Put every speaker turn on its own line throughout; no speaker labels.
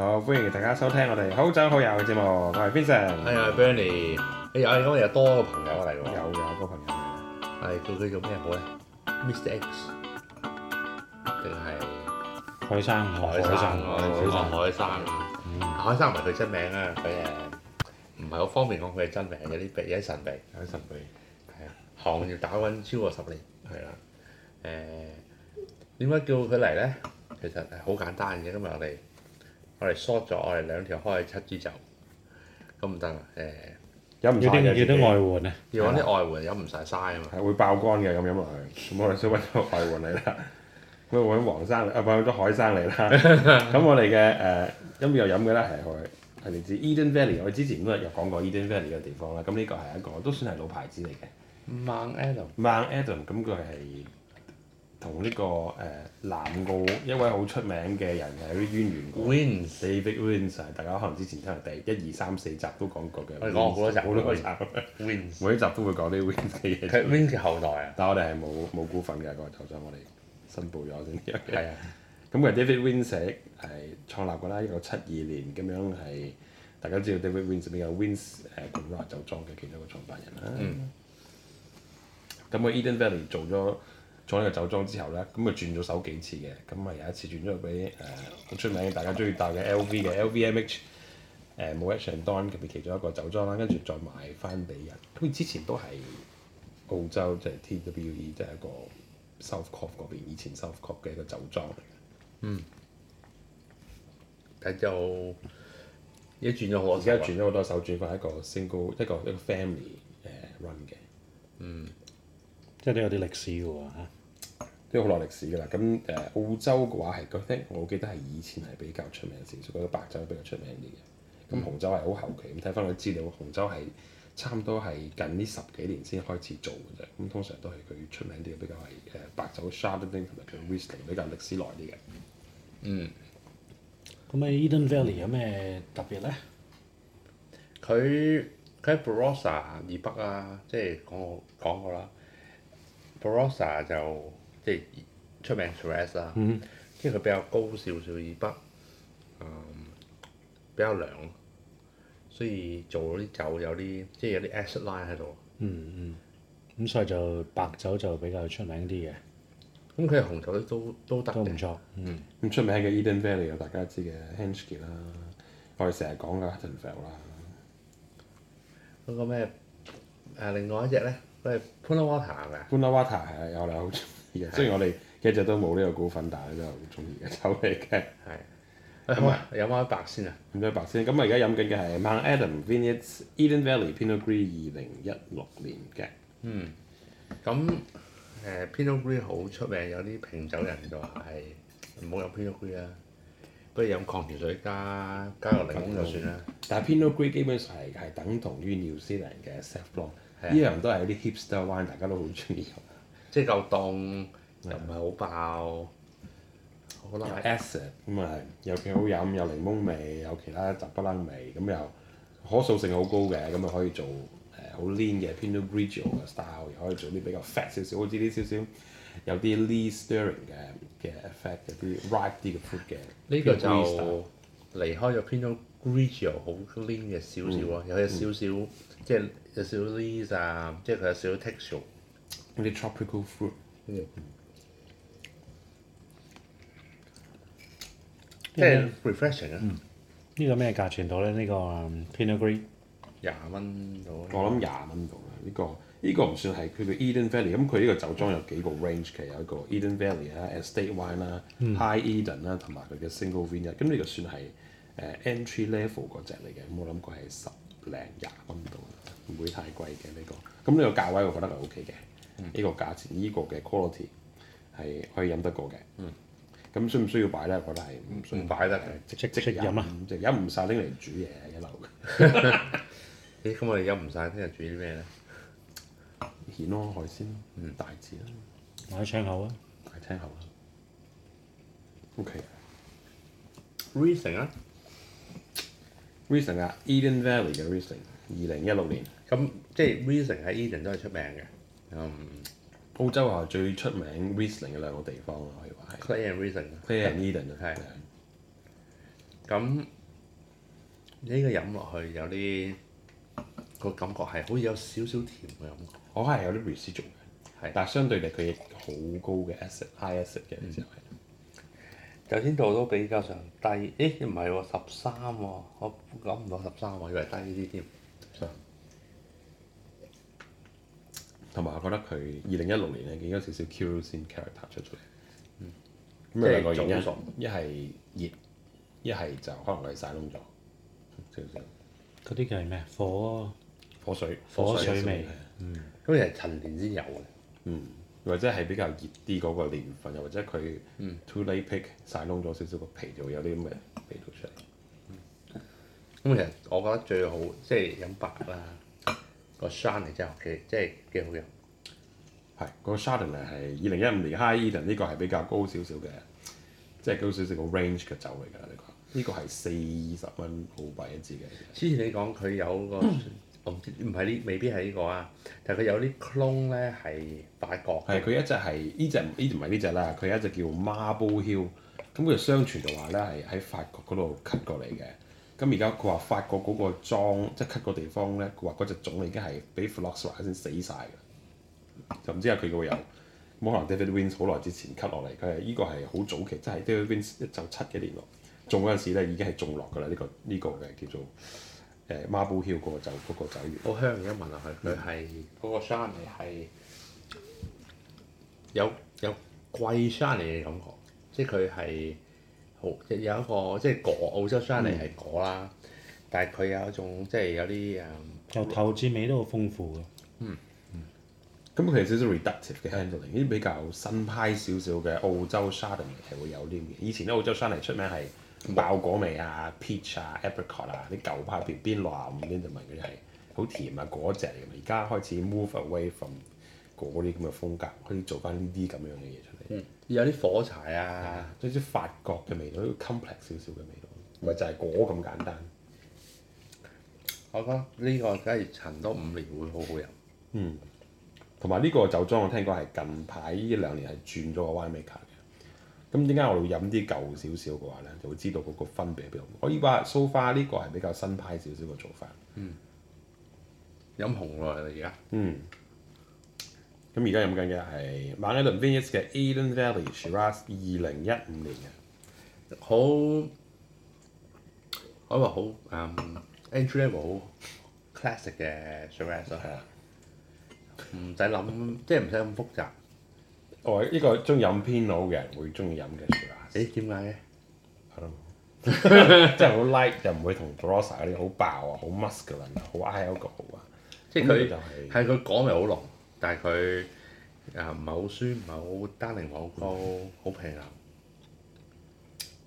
好，歡迎大家收聽我哋好酒好友嘅節目，我係 Vincent，
係啊，Bernie，哎呀，今日又多個朋友嚟
有
喎，
有個朋友嚟啦，
係叫佢做咩好咧？Mr X 定係
海生，
海
生，
生啊？
海
我
生，
話海生啊，海生唔係佢真名啊，佢誒唔係好方便講佢嘅真名，有啲秘，有啲神秘，
有神秘，
係啊，行業打滾超過十年，係啦，à, 誒點解叫佢嚟咧？其實係好簡單嘅，今日我哋我哋 short 咗，我哋兩條開七支酒，咁唔得啊，誒
飲唔
要
晒
啲
嘅自
要
己
啲外援啊！
要揾啲外援飲唔晒嘥啊嘛。
係會爆肝嘅，咁飲落去，咁我哋先揾到外援嚟啦，咁啊揾黃生嚟，啊唔係揾咗海生嚟 啦，咁我哋嘅誒呃飲又飲嘅咧係佢係嚟自 Eden Valley，我哋之前都有講過 Eden Valley 嘅地方啦，咁呢個係一個都算係老牌子嚟嘅。
Mount Adam
Mount Adam 咁佢係同呢個誒、呃南澳一位好出名嘅人係有啲淵源嘅。
wins，
David Wins 係大家可能之前聽我第一二三四集都講過嘅，
我哋講過好多集
好多集，
wins，
每一集都會講啲 Wins 嘅嘢。
佢 wins 嘅後代啊，
但係我哋係冇冇股份嘅，個就想我哋申報咗先呢樣嘢。
係啊，
咁佢係 David Wins 係創立㗎啦，一九七二年咁樣係大家知道 David Wins 邊個 Wins 誒 g u r 酒莊嘅其中一個創辦人啦。
嗯
咁佢 Eden Valley 做咗做呢個酒莊之後咧，咁佢轉咗手幾次嘅，咁啊有一次轉咗俾誒好出名大家中意戴嘅 LV 嘅 LVMH 誒 Moet and Don 嘅其中一個酒莊啦，跟住再賣翻俾人。咁佢之前都係澳洲即係、TWE 即係一個 South Cove 嗰邊以前 South Cove 嘅一個酒莊嚟嘅。
但就而家轉咗好多
而家
手啊，
轉咗好多手轉，佢係一個 single 一個一個 family 誒 run 嘅，
即係都有啲歷史嘅喎嚇。
都好耐歷史㗎啦。咁誒、呃澳洲嘅話係覺得我記得係以前係比較出名少少，覺得白酒比較出名啲嘅。咁紅酒係好後期，咁睇翻佢資料，紅酒係差唔多係近呢十幾年先開始做嘅啫。咁通常都係佢出名啲嘅，比較係誒白酒 Chardonnay 同埋佢 Riesling 比較歷史耐啲嘅。
咁喺 Eden Valley 有咩特別咧？
佢佢喺 Barossa 以北啊，即係講過講過啦，Barossa 就即係出名 Shiraz 啦，即係佢比較高少少以北，嗯，比較涼，所以做嗰啲酒有啲即係有啲 acid line 喺度。
嗯嗯，咁所以就白酒就比較出名啲嘅，
咁佢嘅紅酒都都得
都唔
嘅，
錯。嗯，
咁出名嘅 Eden Valley 有大家知嘅 Henschke 啦，我哋成日講嘅 Hattonfeld 啦。
嗰個咩誒另外一隻咧，佢係 Puna Water 嘅，
潘拉瓦塔係啊我哋好中意嘅，雖然我哋一隻都冇呢個股份，但係都係好中意嘅酒嚟嘅。
係。喂好啊，飲翻白先啊！
咁多白先，咁我而家飲緊嘅係 Mount Adam Vineyards Eden Valley Pinot Gris 二零一六年嘅。
咁誒、Pinot Gris 好出名，有啲拼酒人就話係唔好飲 Pinot Gris 啦，不如飲礦泉水加加個檸檬就算啦。
但係 Pinot Gris 基本上係係等同於 New Zealand 嘅 s a f r o n
係啊
呢樣都係一啲 hipster wine，大家都好中意飲。
即係夠凍，又唔係好爆，
有
好啦。
acid 咁啊，有幾好飲，有檸檬味，有其他雜不楞味，咁又可塑性好高嘅，咁啊可以做誒好 lean 嘅 Pinot Grigio 嘅 style，又可以做啲比較 fat 少少，好似啲少少有啲 lee stirring 嘅嘅 effect，有啲 ripe 啲嘅 fruit 嘅。
呢個就
Pinot Gris style
離開咗 Pinot Grigio 好 clean 嘅少少咯，有少少即係有少少 lees 啊，即係佢有少少 texture。
有啲 tropical fruit，
即係 refreshing 啊，
呢個咩價錢度咧？呢個嗯 Pinot Gris
廿蚊到啦。
我諗廿蚊度啦。呢個呢個唔算係佢嘅 Eden Valley，咁佢呢個酒莊有幾個 range 嘅，有一個 Eden Valley 啦、Estate Wine 啦、High Eden 啦，同埋佢嘅 Single Vineyard。咁呢個算係誒、呃 entry level 嗰只嚟嘅，咁我諗佢係十零廿蚊度啦，唔會太貴嘅呢、個。咁呢個價位我覺得係 OK 嘅，呢、個價錢呢、個嘅 quality 係可以飲得過嘅。咁需唔需要擺咧？我覺得係唔需要
唔擺得嘅
即
即即飲啊！
即飲唔晒拎嚟煮嘢一流嘅。
咦，咁我哋飲唔晒，聽日煮啲咩咧？
蜆咯，海鮮咯，大致啦，
買窗口啊！
大青口啦。O K。
Reason 啊，
Reason 啊，Eden Valley 嘅 Reason，二零一六年
咁即係 Reason 喺 Eden 都係出名嘅。嗯
澳洲係最出名 Reason 嘅兩個地方啦，可以話係
，Clay and Reason 啊
Clare and Eden 啊
係。咁呢個飲落去有啲個感覺係好似有少少甜嘅感覺。
我係有啲 residual 嘅
係，
但係相對嚟佢亦好高嘅 acid high acid 嘅，你知係
酒精度都比較上低，咦唔係喎十三喎，我諗唔到十三喎，以為低啲添。
同埋我覺得佢二零一六年咧已經有少少 kerosene character 出咗嚟。咁有
即係
兩個原
早熟
因，一係熱，一係就可能佢曬窿咗少少
嗰啲叫係咩？火
火水
火水味
係啊，
咁其實陳年先有嘅，
嗯，或者係比較熱啲嗰個年份，又或者佢 too late pick 曬窿咗少少個皮就會有啲咁嘅味道出嚟。
咁其實我覺得最好即係飲白啦，個 shine 嚟真係幾即係幾好飲。
係個 Chardonnay 係二零一五年 High Eden 呢個係比較高少少嘅，即係高少少個 range 嘅酒嚟㗎啦。呢個呢個係四十蚊澳幣一支嘅，
之前你講佢有個我唔知唔係呢，未必係呢個啊，但係佢有啲 clone 咧係法國
係
嘅，
佢一隻係呢只呢隻唔係呢只啦，佢有一隻叫 Marble Hill，咁佢相傳就話咧係喺法國嗰度 cut 過嚟嘅。咁而家佢話法國嗰個莊即係 cut 個地方咧，佢話嗰隻種已經係俾 f l o x a 先死晒㗎，就唔知係佢會有。冇可能 David Wins 好耐之前 cut 落嚟，佢係呢個係好早期，即係 David Wins 一九七幾年落種嗰陣時咧，已經係種落㗎啦。呢、個呢、個嘅叫做誒、呃 Marble Hill 嗰個酒嗰、個酒園。
好香而家聞落去，啊佢係嗰個 shine 係有有貴 shine 嘅感覺，即係佢係好有一個即係果澳洲 shine 係果啦，但係佢有一種即係有啲誒嗯
由頭至尾都好豐富嘅。
咁佢有少少 reductive 嘅 handling，呢啲比較新派少少嘅澳洲 Chardonnay 係會有呢啲嘅。以前咧澳洲 Chardonnay 出名係爆果味啊、peach 啊、apricot 啊，啲舊派邊邊六啊五邊就聞嗰啲係好甜啊果汁嚟嘅嘛。而家開始 move away from 嗰啲咁嘅風格，開始做翻呢啲咁樣嘅嘢出嚟。
有啲火柴啊，
即係啲法國嘅味道，啲 complex 少少嘅味道，唔係就係果咁簡單。
我覺得呢個梗係陳多五年會好好飲。
嗯，同埋呢個酒莊我聽講係近排呢兩年係轉咗個 winemaker 嘅。咁點解我哋會飲啲舊少少嘅話咧，就會知道嗰個分別喺邊度？可以話 so far 呢個係比較新派少少嘅做法。
飲紅來啦而家，
嗯。咁而家飲緊嘅係馬里倫 Vineyards 嘅 Eden Valley Shiraz 二零一五年嘅，
好我話好誒 entry level 好 classic 嘅 Shiraz 啊
係啊。
唔使諗，即係唔使咁複雜。
我哦呢個中意飲 Pinot 嘅人會中意飲嘅 Shiraz。
誒點解嘅？
係咯， 即係好 light 又唔會同 Barossa 嗰啲好爆啊、好 muscular 啊、好 i l c o h 啊，
即係
咁
佢
就係
係佢講味好濃，但係佢誒唔係好酸，唔係好單寧好高，好平衡。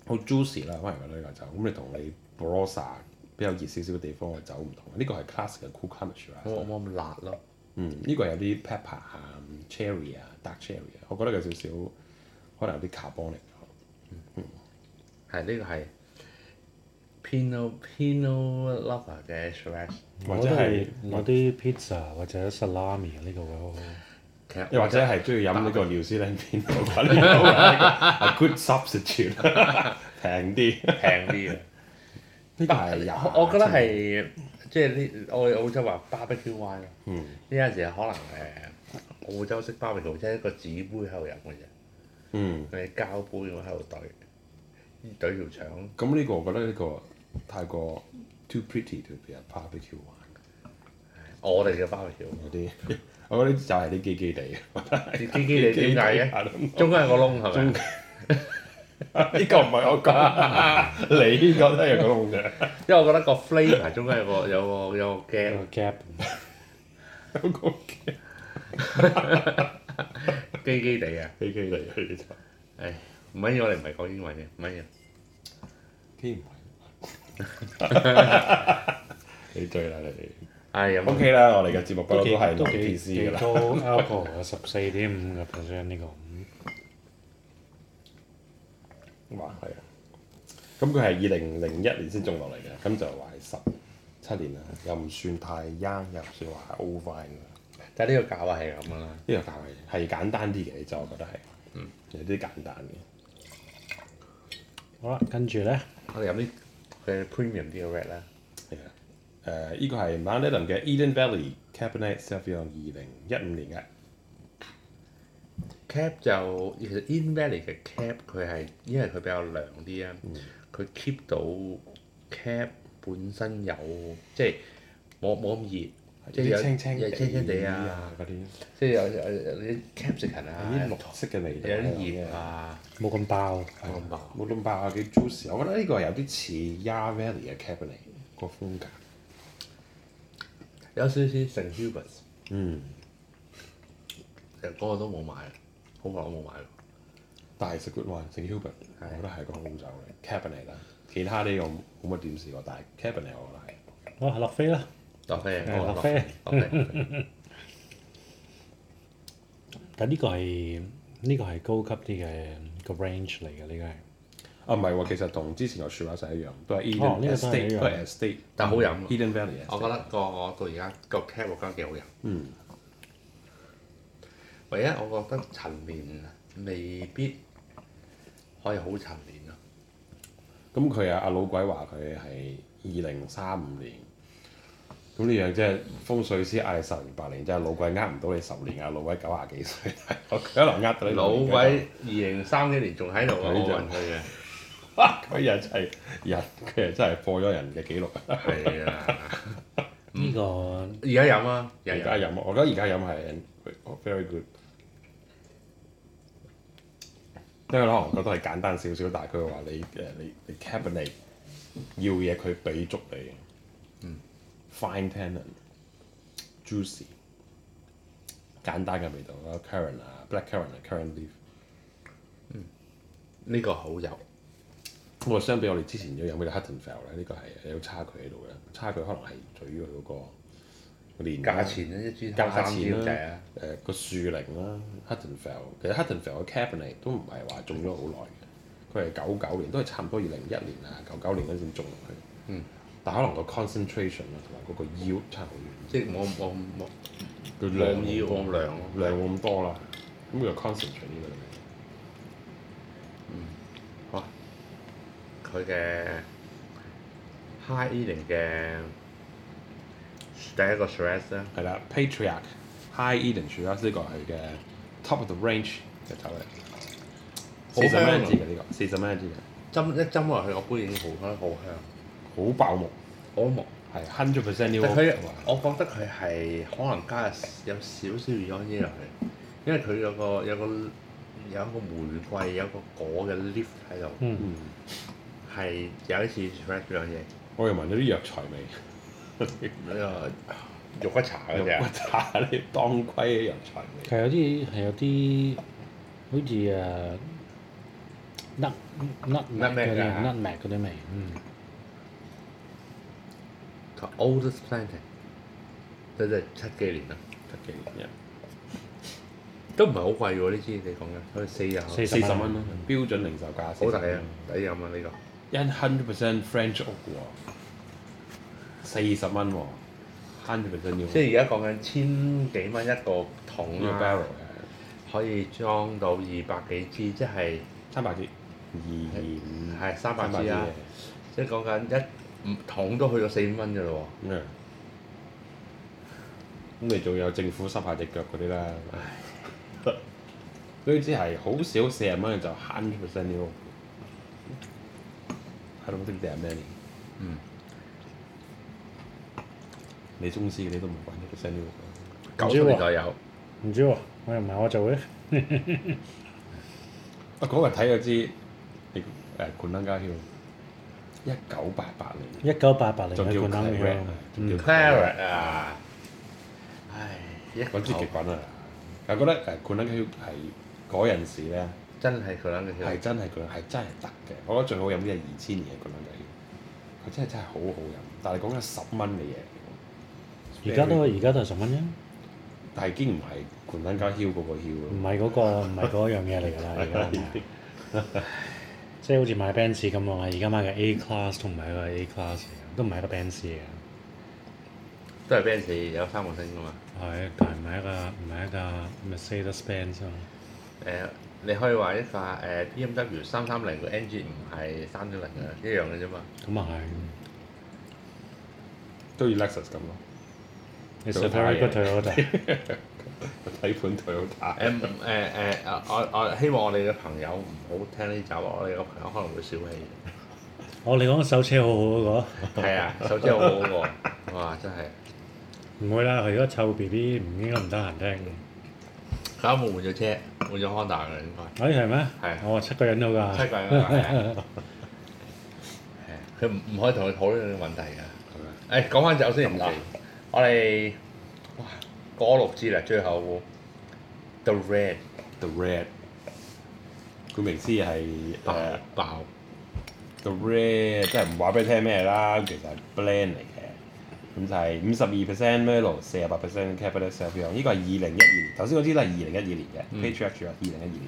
好 juicy 啦，可能覺得呢個酒。咁你同你 Barossa 比較熱少少嘅地方嘅酒唔同，呢個係 classic 嘅 cool climate 啦。
冇冇咁辣咯。
嗯，呢個有啲 pepper 啊、cherry 啊、dark cherry 啊，我覺得有少少可能有啲 carbonic。
係呢個係 Pinot Pinot Lover 嘅 Shiraz。
或
我
者係
都係攞啲 pizza 或者 salami 啊呢個位好好。
其實
又或者係中意飲呢個 New Zealand Pinot 嘅呢個係 一個 good substitute，平啲。
平啲嘅。
呢個係 廿
我我覺得係即係呢，我哋澳洲話 barbecue wine 咯。
嗯
呢陣時可能誒、澳洲式 barbecue 即係一個紙杯喺度飲嘅啫，
嗯。
佢哋膠杯咁喺度懟，懟條腸。
咁呢個我覺得呢個太過 too pretty to be a barbecue wine
我哋嘅 barbecue
有啲，我覺得就係啲基基地，
啲啲你點解嘅？中間有個窿係咪？
呢個唔係我講， 你覺得有個窿嘅，
因為我覺得個 flavour 中間有個有個有個
有個
gap，
gap
有個
基基地啊！
基基地嘅就
誒，唔緊要，我哋唔係講英文嘅，唔緊要。
基唔係， 你醉啦你。
唉，有
OK 啦，我哋嘅節目不嬲都
都幾
係
都
冇
幾
PC
幾
嘅啦。
高 alcohol 啊，十四點五嘅 percent 呢個。
哇，係啊！咁佢係二零零一年先種落嚟嘅，咁就話係十七年啦，又唔算太 young，又唔算話係 old vine 啦。
但係呢個價位係咁樣啦。
呢個價位係嗯簡單啲嘅，就我覺得係，有啲簡單嘅。
好啦，跟住咧，
我哋飲啲佢 premium 啲嘅 red 啦。
係啊誒，依個係 Mount Eden 嘅 Eden Valley Cabernet Sauvignon 二零一五年嘅。
cap 就其實 in valley 嘅 cap 佢係因為佢比較涼啲啊，
嗯
佢 keep 到 cap 本身有即係冇冇咁熱，即係有
啲青青
有
地
青青地啊，，
嗰啲
即係有有有有啲 capsicum
有啲
啊，
綠色嘅味
有
道，
啲葉啊，
冇咁爆。
咁啊，
冇咁爆啊，幾 juicy。我覺得呢個有啲似 Yarra Valley 嘅 Cabernet 個風格。
有少少 St Huberts，
嗯，
其實嗰個都冇買，好耐都冇買咯。
哦但係 s good one，聖 Hubert，我
係
覺得係個好酒嚟。Cabernet 啦，其他呢個冇乜點試過，但係 Cabernet 我覺得係。
我係落飛啦，
落飛，
係
落
落飛
飛，落飛，
但呢個係呢個係高級啲嘅個 range 嚟嘅，呢個係。
啊，唔係喎，其實同之前個 Shiraz 係一樣，都係
哦
Eden
呢個都係
Estate，
一樣
都係 Estate，
但好飲啊
Eden Valley，
我覺得個我到而家個 cap 我覺得幾好飲。
嗯，
唯一我覺得陳年啊未必可以好陳年啊咯。
咁佢啊阿老鬼話佢係二零三五年，咁呢樣即係風水師嗌你十年八年，即係老鬼呃唔到你十年啊，老鬼九廿幾歲， 佢可能呃到你
老
六年
鬼二零三幾年仲喺度啊，
佢
我
就
問佢 嘅。
佢又真係人，佢又真係破咗人嘅記錄。
係啊，
呢個
而家飲啊，而
而
家
家
飲。
飲，我覺得而家飲係 very good。因為可能覺得係簡單少少，但係佢話你誒你你 cabinet 要嘢佢俾足你。Fine tannin, juicy，簡單嘅味道啦，currant 啊，black currant 啊，currant leaf。
呢個好有，
咁我相比我哋之前要飲嘅 Huttonfeld 咧，呢個係有差距喺度嘅，差距可能係在於佢嗰個年
價錢咧一支三
價
三
錢
千仔
啦
啊，，
誒個樹齡啦，Huttonfeld，其實 Huttonfeld 嘅 Cabernet 都唔係話種咗好耐嘅，佢係九九年，都係差唔多二零一年啊，九九年嗰陣先種落去。
嗯。
但可能個 concentration 啦，同埋嗰個 yield 差好遠，
即係冇冇冇
佢
冇要
冇
冇量咯。
量冇咁多啦，咁佢 concentrate 呢個
哇！佢嘅 high eating 嘅第一個 stress 啦，
係啦，Patriarch High Eden Shiraz 呢個係嘅 top of the range 嘅酒嚟，四十
香啊
蚊一支嘅呢個，四十蚊一支嘅，
斟一斟落去個杯已經好香，好香，
好爆木，
好木。
係 hundred percent new
但
oak
佢
啊嘛，
我覺得佢係可能加有少少 y o n 落去，因為佢有個有個有一個玫瑰有個果嘅 lift 喺度，
嗯
嗯。
係有一次 track 樣嘢，
我又聞咗啲藥材味，
呢個肉骨茶嗰只
肉骨
啊，
茶啲當歸嘅藥材味，
係有啲係有啲好似誒 nut nut
Nutmeg
嗰
啊
啲 nutmeg 嗰啲味，嗯，
佢 oldest planting，真係七幾年啦，
得幾年
都唔係好貴喎呢支你講緊，好似四啊
啫，
四
四十
十
蚊
蚊
啦，標準零售價，
好抵啊，抵飲啊呢
一
個，
hundred percent French oak 喎，四十蚊喎，hundred percent 要
即係而家講緊千幾蚊一個桶
要
啊，
barrel 嘅，
可以裝到二百幾支，即係。
三百支，二二
係
五
三百支啊！即係講緊一唔桶都去到四五蚊嘅咯
咁樣。咁你仲有政府濕下隻腳嗰啲啦，呢支係好少四十蚊就 hundred percent new oak。I don't think there are many。
喎。嗯，
你中資你都唔揾一 percent 呢
九十年代有，
唔知喎，我又唔係我做嘅，
個。啊，嗰日睇就知，你誒冠登家曉，一九八八年，
一九八八年
仲叫
嘅冠軍
Claret，仲
嘅，嗯
叫
Claret 啊！唉，一
嗰支
口
極品啊！但覺得誒冠登家曉係嗰陣時咧，
真係佢兩嘅
係
嘢，
真係佢係真係得嘅。我覺得最好飲啲係二千年嘅冠登家曉，佢真係真係好好飲。但係講緊十蚊嘅嘢，
而家都而家都係十蚊啫，
但係已經唔係冠登家曉嗰個曉
唔
咯。
係嗰個唔係嗰樣嘢嚟㗎啦，而家係咪即係好似買 Benz 咁咯，我而家買嘅 A class 同埋個 A class 嚟嘅，都唔係一個 Benz 嚟嘅。
都係 Benz 有三個星噶嘛。
啊係，但係唔係一個唔係一個 Mercedes Benz 啊嘛，
誒你可以話一架誒 BMW 三三零個 engine 唔係三點零嘅一樣嘅啫嘛。
咁啊
都要 Lexus 咁咯，
係，It's a very good Toyota。
睇盤 Toyota。
誒唔誒誒誒我我希望我哋嘅朋友唔好聽呢集，我哋嘅朋友可能會小氣。
我哋講手車好好嗰個。
係啊，手指好好喎，哇真係！
唔會啦，佢而家湊 B B 唔應該唔得閒聽。
佢啱冇換咗車，換咗 Honda 嘅應該。
哎係咩？
係
我話七個人到㗎。
七個人啊 係啊係啊佢唔唔可以同佢討論呢個問題㗎。誒講翻酒先嗱，我哋哇過咗六支啦，最後 The Red
The Red，顧名思義係
啊
誒
爆爆
The Red，即係唔話俾你聽咩啦，其實係 blend 嚟嘅，咁就係五十二 percent Merlot，四十八 percent Cabernet Sauvignon，呢個係二零一二年，頭先嗰支都係二零一二年嘅
嗯
p a t r i a t 二零一二年。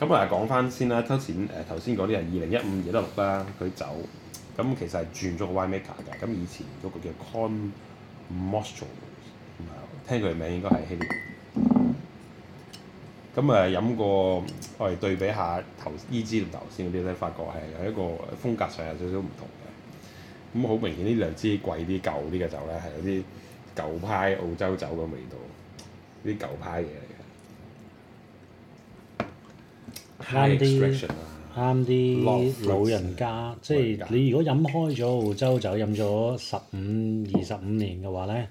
咁啊講翻先啦，頭先誒頭先嗰啲係二零一五、二零一六啦，佢酒咁其實係轉咗個 winemaker 嘅，咁以前嗰個叫 Con Mostro，咁啊聽佢嘅名應該係希臘。咁啊飲過，我哋對比下頭依支同頭先嗰啲咧，發覺係有一個風格上有少少唔同嘅。咁好明顯呢兩支貴啲舊啲嘅酒咧，係有啲舊派澳洲酒嘅味道，啲舊派嘢嚟嘅。
啱
High
啲
extraction 啊！
啱
Long
啲
fruits
老人家，即係你如果飲開咗澳洲酒，飲咗十五二十五年嘅話咧，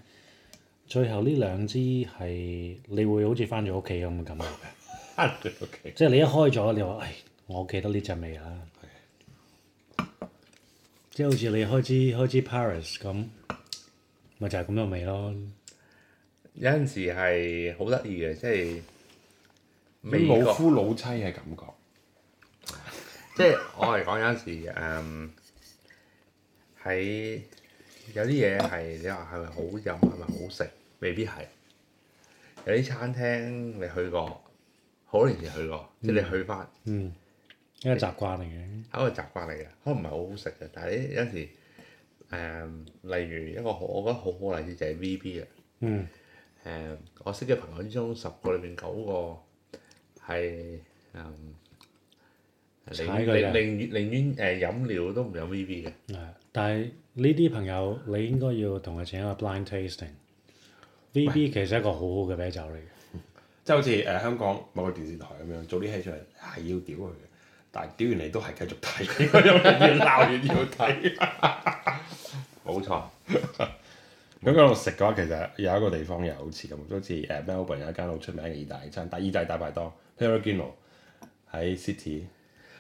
最後呢兩支係你會好似翻咗屋企咁嘅感覺嘅，
OK，
即係你一開咗，你話唉，我記得呢隻味啦，即係好似你開支開支 Paris 咁，咪就係咁嘅味咯。
有陣時係好得意嘅，即係美
啲老
國。
夫老妻嘅感覺。
即係我係講有陣時誒喺有啲嘢係你話係咪好飲係咪好食，未必係。有啲餐廳你去過，好多年前去過，即係你去翻
嗯，一個習慣嚟嘅。
係一個習慣嚟嘅，可能唔係好好食嘅，但係有陣時誒、例如一個好我覺得好好嘅例子就係 VB 嘅。
嗯，
誒、我識嘅朋友之中十個裏邊九個係誒寧
踩佢嘅
願寧寧願寧願誒飲料都唔飲 VB 嘅，
係但係呢啲朋友你應該要同佢整一個 blind tasting。VB 其實係一個好好嘅啤酒嚟嘅。
即係好似誒、香港某個電視台咁樣做啲戲出嚟，係要屌佢嘅，但係屌完你都係繼續睇，嗰種越鬧越要睇。
冇錯。
咁講到食嘅話，其實有一個地方又好似咁，好似誒 Melbourne 有一間好出名嘅意大利餐，但係意大利大排檔 Perugino 喺 City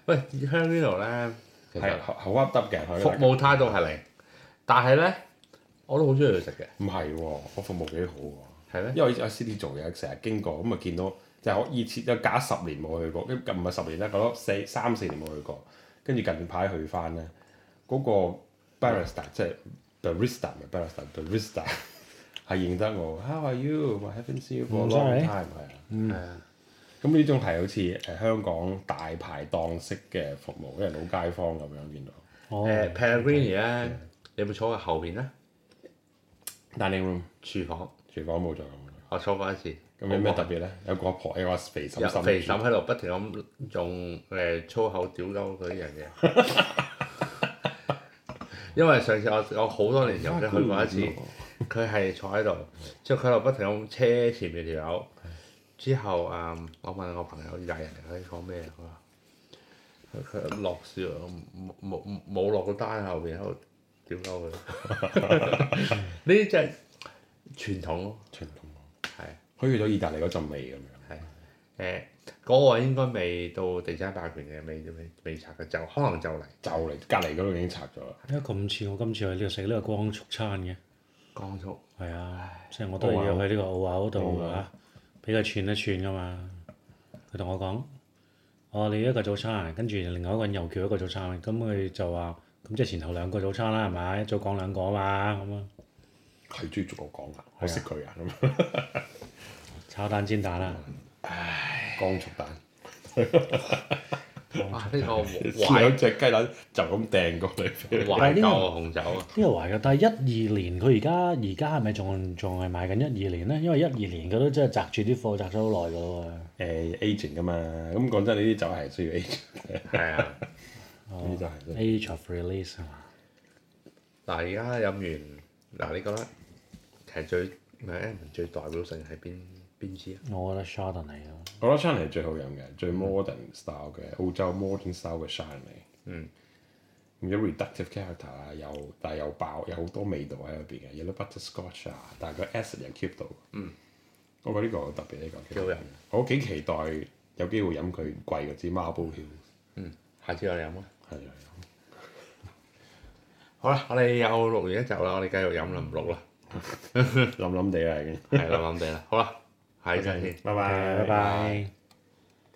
喂，香呢度咧，其
係
實
好好噏得嘅，佢
服務態度係零，但係咧我都好中意佢食嘅，
唔係喎，我服務幾好喎，
係咩？
因為我喺 City 做嘢，成日經過咁啊見到就係我以前有假十年冇去過，跟唔係十年啦，嗰四三四年冇去過，跟住近排去翻咧，嗰、
嗯
個 barista 即係 barista 唔係 barista，barista 係認得我，How are you? I haven't seen you for a long
嗯 sorry
time 係啊。
係啊，
咁呢種係好似誒香港大排檔式嘅服務，因為老街坊咁樣見到。
哦，
誒 Pellegrini 咧，你有冇坐過後邊咧？
dining room
廚房
廚房冇做
我坐過一次，
咁，咁有咩特別咧？有個阿婆，有個肥嬸
啊有
嬸，
肥嬸喺度不停咁用誒粗口屌鳩佢啲人嘅。 因為上次我我好多年前我去過一次，佢係坐喺度，之後佢喺度不停咁車前面條友。之後誒、嗯我問我朋友意大利人佢講咩啊？佢話佢佢落笑，冇冇冇冇落個單後邊喺度屌鳩佢。 呢啲真係傳統咯，
傳統，
係。
佢去咗意大利嗰陣味咁樣。
誒嗰個應該未到地產霸權嘅，未未未拆嘅，就可能就嚟
就嚟隔離嗰度已經拆咗啦。
因為咁似我今次去呢度食呢個光速餐嘅，
江速。
係啊，即係我都要去呢個澳牛度啊，俾佢串一串噶嘛。佢同我講：我話你一個早餐，跟住另外一個人又叫一個早餐，咁佢就話：咁即係前後兩個早餐啦，係咪？一早講兩個啊嘛，咁啊，
佢中意逐個講啊，我識佢啊咁樣。
啊炒蛋煎蛋啦。
光速蛋
哇！啊呢個
有
懷
隻雞蛋就咁掟過嚟俾你。
懷舊啊紅酒啊，
呢個懷舊，但係一二年佢而家而家係咪仲仲係賣緊一二年咧？因為一二年佢都真係擲住啲貨擲咗好耐㗎咯喎。
誒 agent 噶嘛，咁講真，呢啲酒係需要 agent，
係啊！
呢啲酒係需要
Age of Release 啊係嘛？
嗱，而家飲完嗱，你覺得其實最唔係 M 最代表性係邊邊支啊？
我覺得 Shardon 嚟咯。
我覺得 Chardonnay 係最好飲嘅，最 modern style 嘅澳洲 modern style 嘅 Chardonnay。
嗯。
咁有 reductive character 啊，又但係又爆，有好多味道喺入邊嘅，有啲 butterscotch 啊，但係個 acid 又 keep 到。嗯。我覺得呢個好特別呢個。
幾好飲。
我幾期待有機會飲佢貴嗰支 Marble Hill。
下次我哋飲啊！
係啊。
好啦，我哋又錄完一集啦，我哋繼續飲啦，唔錄 啦，
諗諗地啦已經。
係啦，諗地啦，好啦，下一集先。
拜
啊拜
拜。
拜。